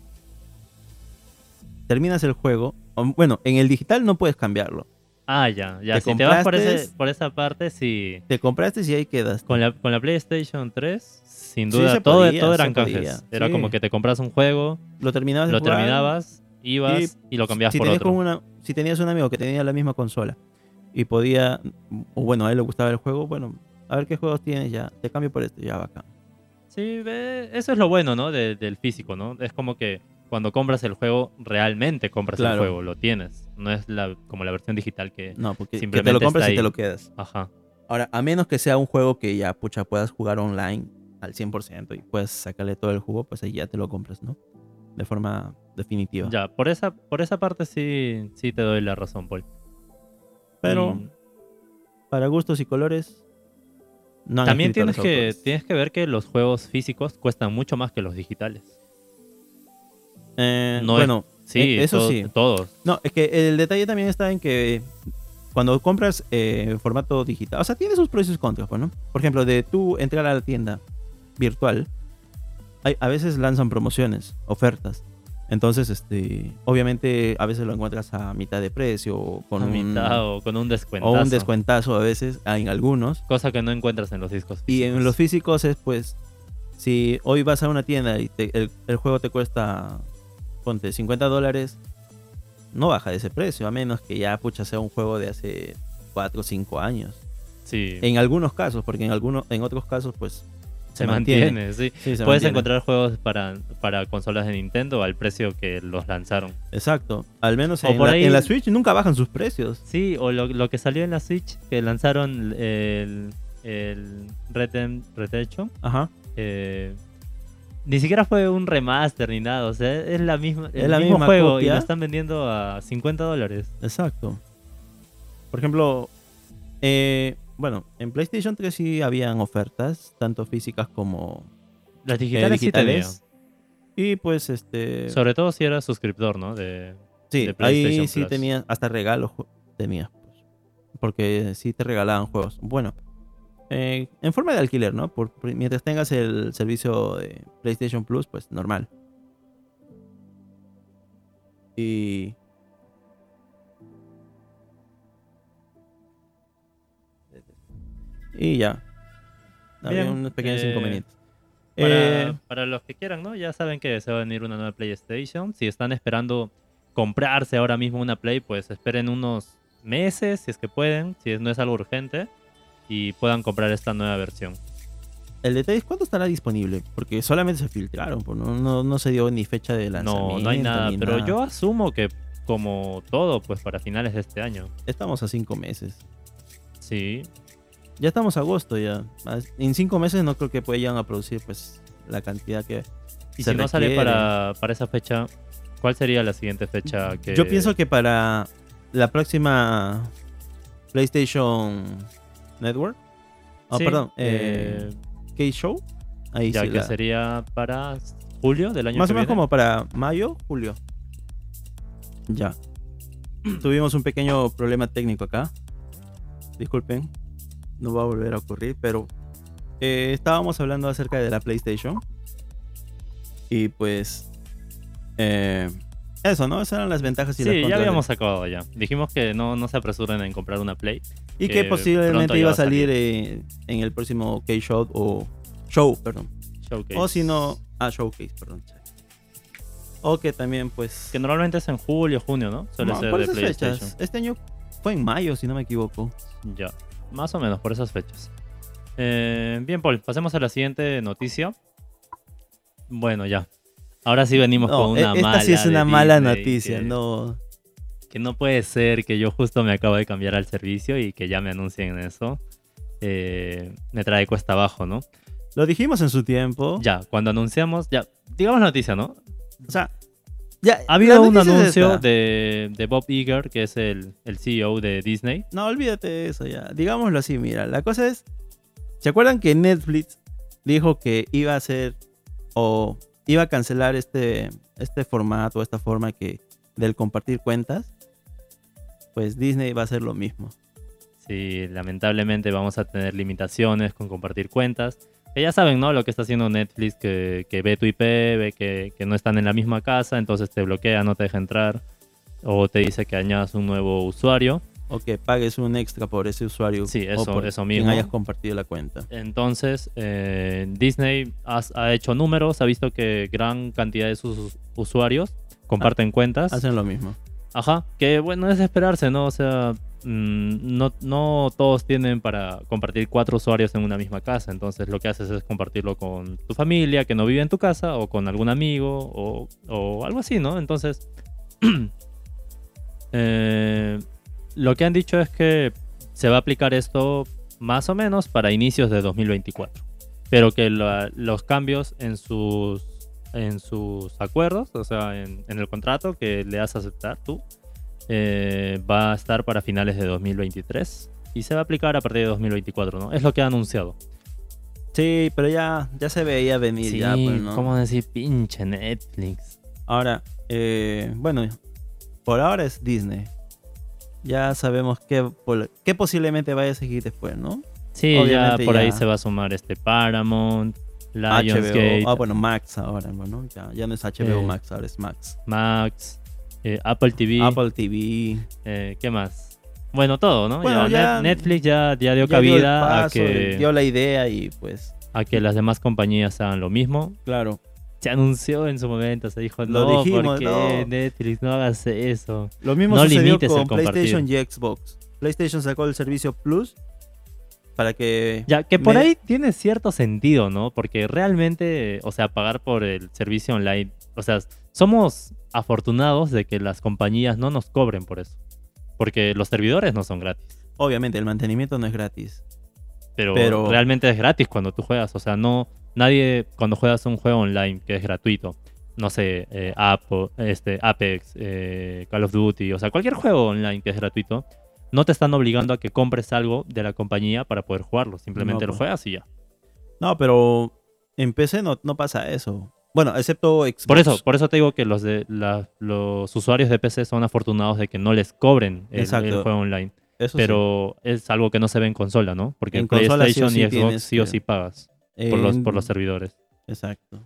A: terminas el juego, o, bueno, en el digital no puedes cambiarlo.
B: Ah, ya, ya.
A: Te
B: si te vas por,
A: compraste-
B: ese- por esa parte, sí.
A: Te compraste y ahí quedas.
B: Con la, con la PlayStation 3, sin
A: Sí,
B: duda,
A: se
B: todo,
A: podía,
B: todo
A: se
B: eran
A: podía,
B: canjes. Era
A: sí.
B: como que te compras un juego,
A: Lo terminabas de
B: lo
A: jugar,
B: terminabas, ibas y lo cambiabas
A: si
B: por
A: tenías
B: otro.
A: con una- si tenías un amigo que tenía la misma consola y podía, o bueno, a él le gustaba el juego, bueno, a ver qué juegos tienes ya, te cambio por este, ya bacán.
B: Sí, ve, eso es lo bueno, ¿no? De- del físico, ¿no? Es como que cuando compras el juego, realmente compras el
A: Claro.
B: juego, lo tienes. No es la, como la versión digital que...
A: No, porque que te
B: Simplemente
A: lo compras
B: está
A: y te
B: ahí.
A: lo quedas.
B: Ajá.
A: Ahora, a menos que sea un juego que ya, pucha, puedas jugar online al 100% y puedas sacarle todo el jugo, pues ahí ya te lo compras, ¿no? De forma definitiva.
B: Ya, por esa, por esa parte sí, sí te doy la razón, Paul.
A: Pero
B: Mm.
A: para gustos y colores, no han
B: También
A: escrito
B: tienes
A: los
B: que,
A: autores.
B: tienes que ver que los juegos físicos cuestan mucho más que los digitales.
A: Eh,
B: no es-
A: bueno,
B: Sí,
A: Eh, eso
B: to-
A: sí.
B: Todos.
A: no, es que el detalle también está en que cuando compras eh, formato digital, o sea, tiene sus precios y sus contras, pues, ¿no? Por ejemplo, de tú entrar a la tienda virtual, hay- a veces lanzan promociones, ofertas. Entonces, este, obviamente, a veces lo encuentras a mitad de precio o con
B: A
A: un,
B: mitad o con un descuento.
A: O un descuentazo a veces, ah, en algunos.
B: Cosa que no encuentras en los discos.
A: Y en
B: físicos.
A: los físicos es pues, si hoy vas a una tienda y te- el, el juego te cuesta, ponte, 50 dólares, no baja de ese precio, a menos que ya, pucha, sea un juego de hace 4 o 5 años.
B: Sí,
A: En algunos casos, porque en, algunos, en otros casos pues
B: se mantiene. sí.
A: Sí, se
B: Puedes
A: mantiene.
B: encontrar juegos para, para consolas de Nintendo al precio que los lanzaron.
A: Exacto. Al menos
B: O
A: en,
B: por
A: la,
B: ahí-
A: en la Switch nunca bajan sus precios.
B: Sí, o lo, lo que salió en la Switch, que lanzaron el, el Red Dead Redemption,
A: Ajá.
B: eh, ni siquiera fue un remaster ni nada, o sea, es la misma, el
A: Es la
B: mismo
A: misma
B: juego y
A: copia.
B: lo están vendiendo a 50 dólares.
A: Exacto. Por ejemplo, eh, bueno, en PlayStation 3 sí habían ofertas, tanto físicas como
B: Las
A: eh,
B: digitales, eh. sí
A: digitales.
B: tenía.
A: y pues este...
B: Sobre todo si era suscriptor, ¿no? De,
A: sí,
B: de PlayStation
A: ahí sí
B: Plus.
A: tenías, hasta regalos ju- tenías. pues, porque sí te regalaban juegos. Bueno, eh, en forma de alquiler, ¿no? Por, por- mientras tengas el servicio de PlayStation Plus, pues normal. Y... Y ya. Había
B: Bien,
A: unos pequeños
B: eh,
A: inconvenientes.
B: Para,
A: Eh,
B: para los que quieran, ¿no? Ya saben que se va a venir una nueva PlayStation. Si están esperando comprarse ahora mismo una Play, pues esperen unos meses, si es que pueden, si es- no es algo urgente, y puedan comprar esta nueva versión.
A: El detalle es cuándo estará disponible, porque solamente se filtraron, pues, no, no, no se dio ni fecha de lanzamiento.
B: No, no hay nada,
A: ni
B: pero
A: nada.
B: yo asumo que como todo, pues para finales de este año.
A: Estamos a cinco meses.
B: Sí,
A: Ya estamos a agosto ya. Más- En cinco meses no creo que puedan a producir pues la cantidad que.
B: Y
A: se
B: si no sale
A: requiere.
B: para, para esa fecha, ¿cuál sería la siguiente fecha que
A: Yo pienso que para la próxima PlayStation Network. Ah,
B: Sí,
A: perdón. Eh, K-Show. Ahí
B: ya
A: sí
B: que
A: la-
B: sería para julio del año
A: Más
B: que
A: o menos
B: viene?
A: como para mayo, julio. Ya. Tuvimos un pequeño problema técnico acá. Disculpen. No va a volver a ocurrir, pero eh, estábamos hablando acerca de la PlayStation. Y pues... eh, eso, ¿no? Esas eran las ventajas y las
B: Sí, ya
A: contras de-
B: habíamos acabado ya. Dijimos que no, no se apresuren en comprar una Play.
A: Y que,
B: que eh, pronto
A: posiblemente
B: ya
A: iba
B: va
A: a
B: a salir.
A: salir eh, en el próximo K-Show o... Show, perdón.
B: Showcase.
A: O si no... Ah, Showcase, perdón. O que también pues...
B: Que normalmente es en julio, junio, ¿no? Suele
A: No,
B: ser
A: por
B: de
A: esas
B: PlayStation.
A: fechas. Este año fue en mayo, si no me equivoco.
B: Ya, más o menos por esas fechas. Eh, bien, Paul, pasemos a la siguiente noticia. Bueno, ya. Ahora sí venimos
A: No,
B: con una
A: e- esta
B: mala.
A: sí es
B: de
A: una mala
B: Disney eh.
A: noticia,
B: que-
A: no.
B: Que no puede ser que yo justo me acabo de cambiar al servicio y que ya me anuncien eso. Eh, me trae cuesta abajo, ¿no?
A: Lo dijimos en su tiempo.
B: Ya, cuando anunciamos, ya, digamos la noticia, ¿no?
A: O sea, ya,
B: Ha habido
A: la
B: un
A: noticia es
B: anuncio
A: esta.
B: de, de Bob Iger, que es el, el CEO de Disney.
A: No, olvídate de eso ya. Digámoslo así, mira, la cosa es... ¿Se acuerdan que Netflix dijo que iba a hacer o iba a cancelar este, este formato, esta forma que del compartir cuentas? Pues Disney va a hacer lo mismo.
B: Sí, lamentablemente vamos a tener limitaciones con compartir cuentas. Que ya saben, ¿no? Lo que está haciendo Netflix, que, que ve tu IP, ve que, que no están en la misma casa, entonces te bloquea, no te deja entrar. O te dice que añadas un nuevo usuario.
A: O que pagues un extra por ese usuario
B: Sí,
A: o
B: eso-
A: por
B: eso
A: quien
B: mismo.
A: hayas compartido la cuenta.
B: Entonces, eh, Disney has- ha hecho números, ha visto que gran cantidad de sus us- usuarios comparten cuentas.
A: Hacen lo mismo.
B: Ajá, que bueno, es de esperarse, ¿no? O sea, mm, no, no todos tienen para compartir cuatro usuarios en una misma casa, entonces lo que haces es compartirlo con tu familia que no vive en tu casa o con algún amigo o, o algo así, ¿no? Entonces, eh, lo que han dicho es que se va a aplicar esto más o menos para inicios de 2024, pero que la- los cambios en sus en sus acuerdos, o sea, en, en el contrato que le das a aceptar tú, eh, va a estar para finales de 2023 y se va a aplicar a partir de 2024, ¿no? Es lo que ha anunciado.
A: Sí, pero ya, ya se veía venir ya, pues, ¿no?
B: ¿cómo decir pinche Netflix?
A: Ahora, eh, bueno, por ahora es Disney. Ya sabemos qué, pol- qué posiblemente vaya a seguir después, ¿no?
B: Sí,
A: Obviamente
B: ya por ahí
A: ya.
B: se va a sumar este Paramount, Lionsgate,
A: HBO. Ah, bueno, Max ahora, bueno, ya, ya no es HBO
B: Eh,
A: Max, ahora es Max.
B: Max, eh, Apple TV,
A: Apple TV.
B: eh, ¿qué más? Bueno, todo, ¿no?
A: Bueno,
B: Ya
A: ya-
B: Net- Netflix ya, ya dio
A: Ya dio
B: cabida
A: el paso,
B: a, que,
A: dio la idea y pues,
B: a que las demás compañías hagan lo mismo.
A: claro.
B: se anunció en su momento, se dijo,
A: Lo
B: no,
A: dijimos,
B: porque
A: no".
B: Netflix no hagas eso.
A: Lo mismo
B: No
A: sucedió
B: limites el
A: con
B: compartir.
A: PlayStation y Xbox. PlayStation sacó el servicio Plus para que
B: Ya, que por
A: Me-
B: ahí tiene cierto sentido, ¿no? Porque realmente, o sea, pagar por el servicio online, o sea, somos afortunados de que las compañías no nos cobren por eso. Porque los servidores no son gratis.
A: Obviamente, el mantenimiento no es gratis.
B: pero,
A: Pero-
B: realmente es gratis cuando tú juegas. O sea, no nadie cuando juegas un juego online que es gratuito, no sé, eh, Apo- este, Apex, eh, Call of Duty, o sea, cualquier juego online que es gratuito, no te están obligando a que compres algo de la compañía para poder jugarlo. Simplemente
A: No,
B: lo
A: pues.
B: juegas y ya.
A: No, pero en PC no, no pasa eso. Bueno, excepto Xbox.
B: Por eso, por eso te digo que los de la- los usuarios de PC son afortunados de que no les cobren el- el,
A: Exacto.
B: juego online.
A: Eso sí.
B: pero es algo que no se ve en consola, ¿no? Porque
A: En
B: en
A: consola sí o
B: PlayStation
A: sí
B: y Xbox
A: tienes
B: sí o
A: que-
B: sí pagas por los, por
A: En-
B: los servidores.
A: Exacto.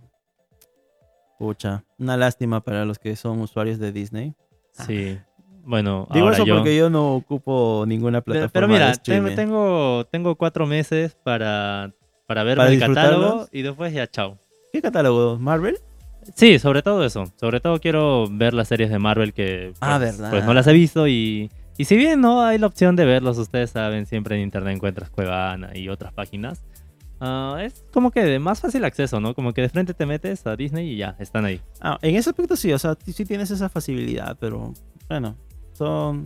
A: Pucha, una lástima para los que son usuarios de Disney.
B: Sí. Bueno,
A: Ah. Digo
B: ahora
A: eso
B: yo...
A: porque yo no ocupo ninguna plataforma.
B: Pero, pero mira,
A: de
B: tengo,
A: streaming.
B: tengo, tengo cuatro meses para, para verme
A: Para
B: el catálogo
A: disfrutarlos.
B: y después ya chao.
A: ¿Qué catálogo? ¿Marvel?
B: Sí, sobre todo eso. Sobre todo quiero ver las series de Marvel que pues,
A: Ah, verdad.
B: pues no las he visto y, y si bien no hay la opción de verlas, ustedes saben, siempre en internet encuentras Cuevana y otras páginas. ah, es como que de más fácil acceso, ¿no? Como que de frente te metes a Disney y ya, están ahí.
A: Ah, en ese aspecto sí, o sea, sí sí tienes esa facilidad, pero bueno, son...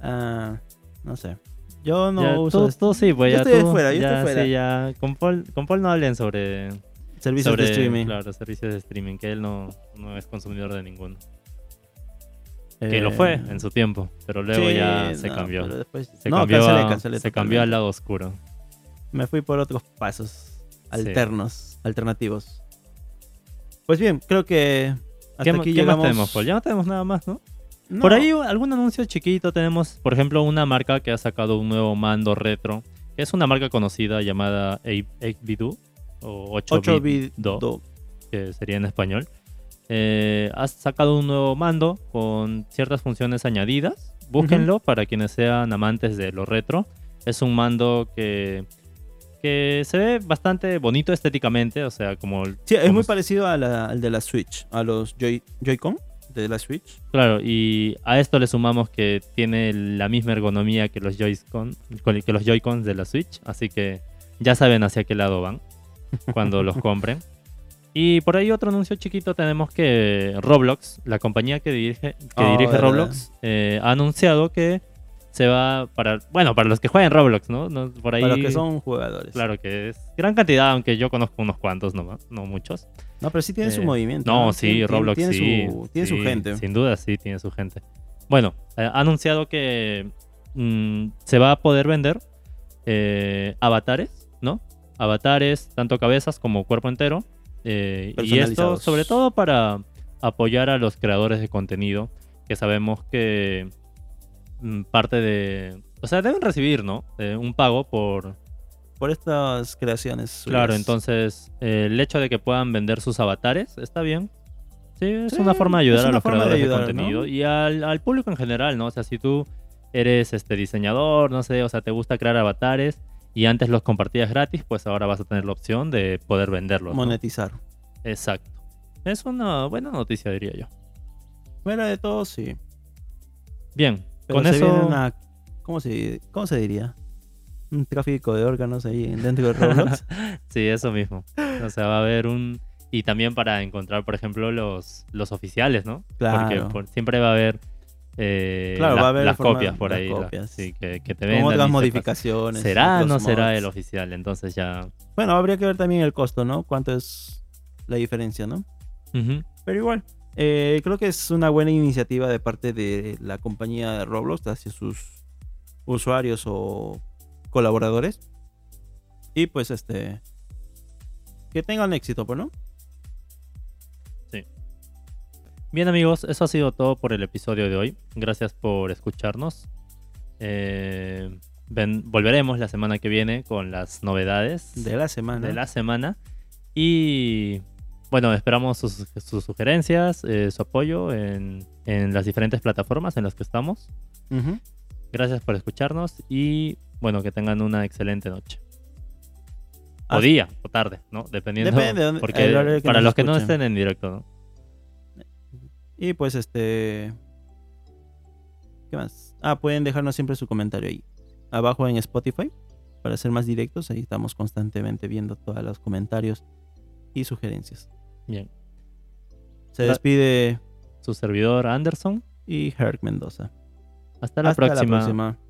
A: ah, no sé. Yo no
B: Ya,
A: uso
B: tú, tú sí, pues
A: Yo
B: ya
A: estoy
B: tú,
A: fuera, yo
B: ya,
A: estoy fuera.
B: sí, ya. Con Paul, con Paul no hablen sobre,
A: servicios
B: sobre,
A: de streaming.
B: Claro, servicios de streaming, que él no, no es consumidor de ninguno.
A: Eh,
B: Que lo fue en su tiempo, pero luego
A: sí,
B: ya se
A: no,
B: cambió.
A: pero después-
B: Se
A: no,
B: cambió,
A: cancelé,
B: a-
A: cancelé
B: se cambió al
A: totalmente.
B: lado oscuro.
A: Me fui por otros pasos
B: Sí.
A: alternos, alternativos. Pues bien, creo que hasta
B: ¿Qué, ma-
A: aquí
B: qué más
A: llegamos.
B: tenemos, Paul? Ya no tenemos nada más, ¿no?
A: No,
B: Por ahí algún anuncio chiquito tenemos, por ejemplo, una marca que ha sacado un nuevo mando retro, que es una marca conocida llamada 8BitDo o
A: 8
B: 8BitDo,
A: do-
B: que sería en español. Eh, ha sacado un nuevo mando con ciertas funciones añadidas. Búsquenlo para quienes sean amantes de lo retro. Es un mando que, que se ve bastante bonito estéticamente, o sea, como
A: Sí, es
B: como
A: muy
B: s-
A: parecido a la- al de la Switch, a los Joy- Joy-Con de la Switch.
B: Claro, y a esto le sumamos que tiene la misma ergonomía que los Joy-Con, que los Joy-Cons de la Switch, así que ya saben hacia qué lado van cuando los compren. Y por ahí otro anuncio chiquito tenemos que Roblox, la compañía que dirige, que
A: Ah,
B: dirige
A: verdad.
B: Roblox, eh, ha anunciado que se va para, bueno, para los que juegan Roblox, ¿no? No, Por ahí,
A: Para los que son jugadores.
B: claro que es gran cantidad, aunque yo conozco unos cuantos, no, no muchos.
A: No, pero sí tiene su
B: Eh,
A: movimiento.
B: No, sí,
A: Tiene-
B: Roblox
A: tiene,
B: sí.
A: Su, tiene
B: sí,
A: su gente.
B: Sin duda, sí, tiene su gente. Bueno, eh, ha anunciado que mm, se va a poder vender eh, avatares, ¿no? Avatares, tanto cabezas como cuerpo entero. eh, y esto,
A: Personalizados.
B: sobre todo, para apoyar a los creadores de contenido, que sabemos que mm, parte de. O sea, deben recibir, ¿no? Eh, un pago por,
A: Por estas creaciones. pues, suyas.
B: Claro, entonces eh, el hecho de que puedan vender sus avatares está bien. Sí, es
A: Sí,
B: una forma de
A: es
B: ayudar a
A: una
B: los
A: forma de
B: creadores de,
A: ayudar,
B: contenido
A: ¿no?
B: y al, al público en general, ¿no? O sea, si tú eres este diseñador, no sé, o sea, te gusta crear avatares y antes los compartías gratis, pues ahora vas a tener la opción de poder venderlos. ¿no?
A: Monetizar.
B: Exacto. Es una buena noticia, diría yo.
A: Fuera de todo, sí.
B: Bien,
A: Pero
B: con
A: se
B: eso.
A: viene una- ¿cómo, se, ¿Cómo se diría? Un tráfico de órganos ahí dentro de Roblox.
B: Sí, eso mismo. O sea, va a haber un... Y también para encontrar, por ejemplo, los, los oficiales, ¿no?
A: Claro.
B: Porque por- siempre va a haber, eh,
A: Claro,
B: la-
A: va a haber
B: las
A: forma-
B: copias por
A: las
B: ahí. la-
A: copias.
B: sí, que, que te
A: con
B: vendan.
A: otras
B: y
A: modificaciones.
B: sepas. ¿Será o
A: otros
B: no será
A: mods.
B: el oficial? Entonces ya...
A: Bueno, habría que ver también el costo, ¿no? Cuánto es la diferencia, ¿no?
B: Ujú.
A: Pero igual, eh, creo que es una buena iniciativa de parte de la compañía de Roblox hacia sus usuarios o colaboradores. Y pues este. Que tengan éxito, pues, ¿no?
B: Bien amigos, eso ha sido todo por el episodio de hoy. Gracias por escucharnos. Eh, ven- volveremos la semana que viene con las novedades.
A: De la semana.
B: de la semana. Y bueno, esperamos sus, sus sugerencias, eh, su apoyo en, en las diferentes plataformas en las que estamos.
A: Ujú.
B: Gracias por escucharnos y bueno, que tengan una excelente noche. O
A: Ah,
B: día, o tarde, ¿no? Dependiendo.
A: Depende de dónde-
B: porque
A: el horario que
B: para
A: nos
B: los que no
A: escuchen.
B: estén en directo, ¿no?
A: Y pues este. ¿Qué más? Ah, pueden dejarnos siempre su comentario ahí. Abajo en Spotify. Para ser más directos, ahí estamos constantemente viendo todos los comentarios y sugerencias.
B: Bien.
A: Se
B: La-
A: despide
B: Su servidor Anderson.
A: y Herc Mendoza.
B: Hasta la próxima.
A: próxima.